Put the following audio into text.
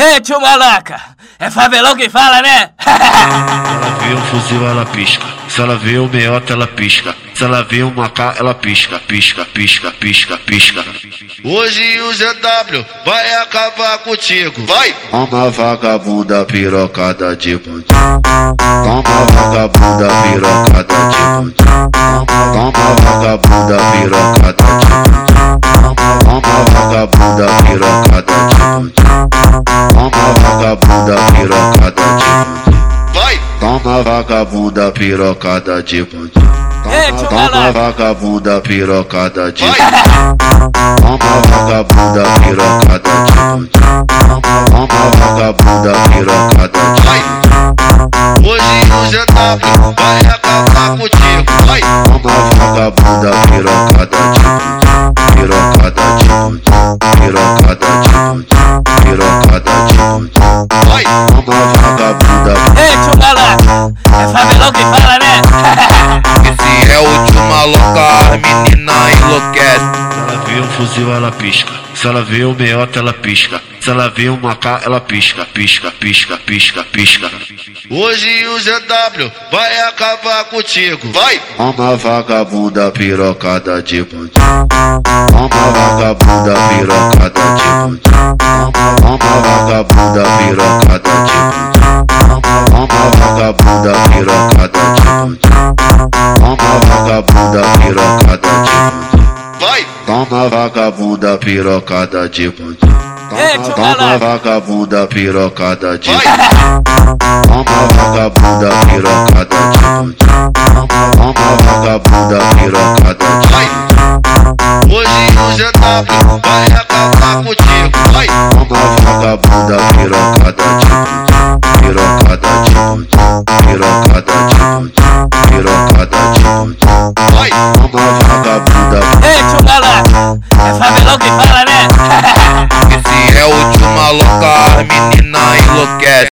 Ei, tio Malanca! É favelão quem fala, né? Ela vê um fuzil, ela pisca. Se ela vê um meiota, ela pisca. Se ela vê um macá, ela pisca, pisca, pisca, pisca, pisca. Hoje o ZW vai acabar contigo. Vai! Toma vagabunda pirocada de bandido. Toma vagabunda pirocada de bandido. Toma vagabunda pirocada de bandido. Toma vagabunda pirocada de bandido. Toma vagabunda pirocada de bandido. Vai! Toma vagabunda pirocada de bandido. Toma, Ei, tio toma malandro. vagabunda pirocada de Vai! bandido. Toma vagabunda pirocada de bandido. Toma vagabunda pirocada de Vai! Hoje o ZW vai acabar contigo. Vai! Toma vagabunda pirocada de bandido. Pirocada de bandido. Pirocada de bandido. Pirocada de bandido. Vai! Toma vagabunda Ei, tio Malanca! É favelão quem fala, né? Esse é o tio maloca, a menina enlouquece. Se ela vê um fuzil, ela pisca. Se ela vê um meiota, ela pisca. Se ela vê um macá, ela pisca, pisca, pisca, pisca, pisca. Hoje o ZW vai acabar contigo. Vai! Toma vagabunda pirocada de bandido. Toma vagabunda pirocada de bandido. Toma vagabunda pirocada de bandido. Toma vagabunda pirocada de bandido. Toma vagabunda pirocada de bandido. Vai! Toma vagabunda pirocada de bandido. Ei, Toma, tio toma malandro. vagabunda pirocada de Vai! Toma vagabunda pirocada de bandido. Toma vagabunda pirocada de Vai! Hoje o ZW vai acabar contigo. Vai! Toma vagabunda pirocada de bandido. Pirocada de bandido. Pirocada de bandido. Pirocada de bandido. Vai! Toma vagabunda Ei, tio Malanca! É favelão quem fala, é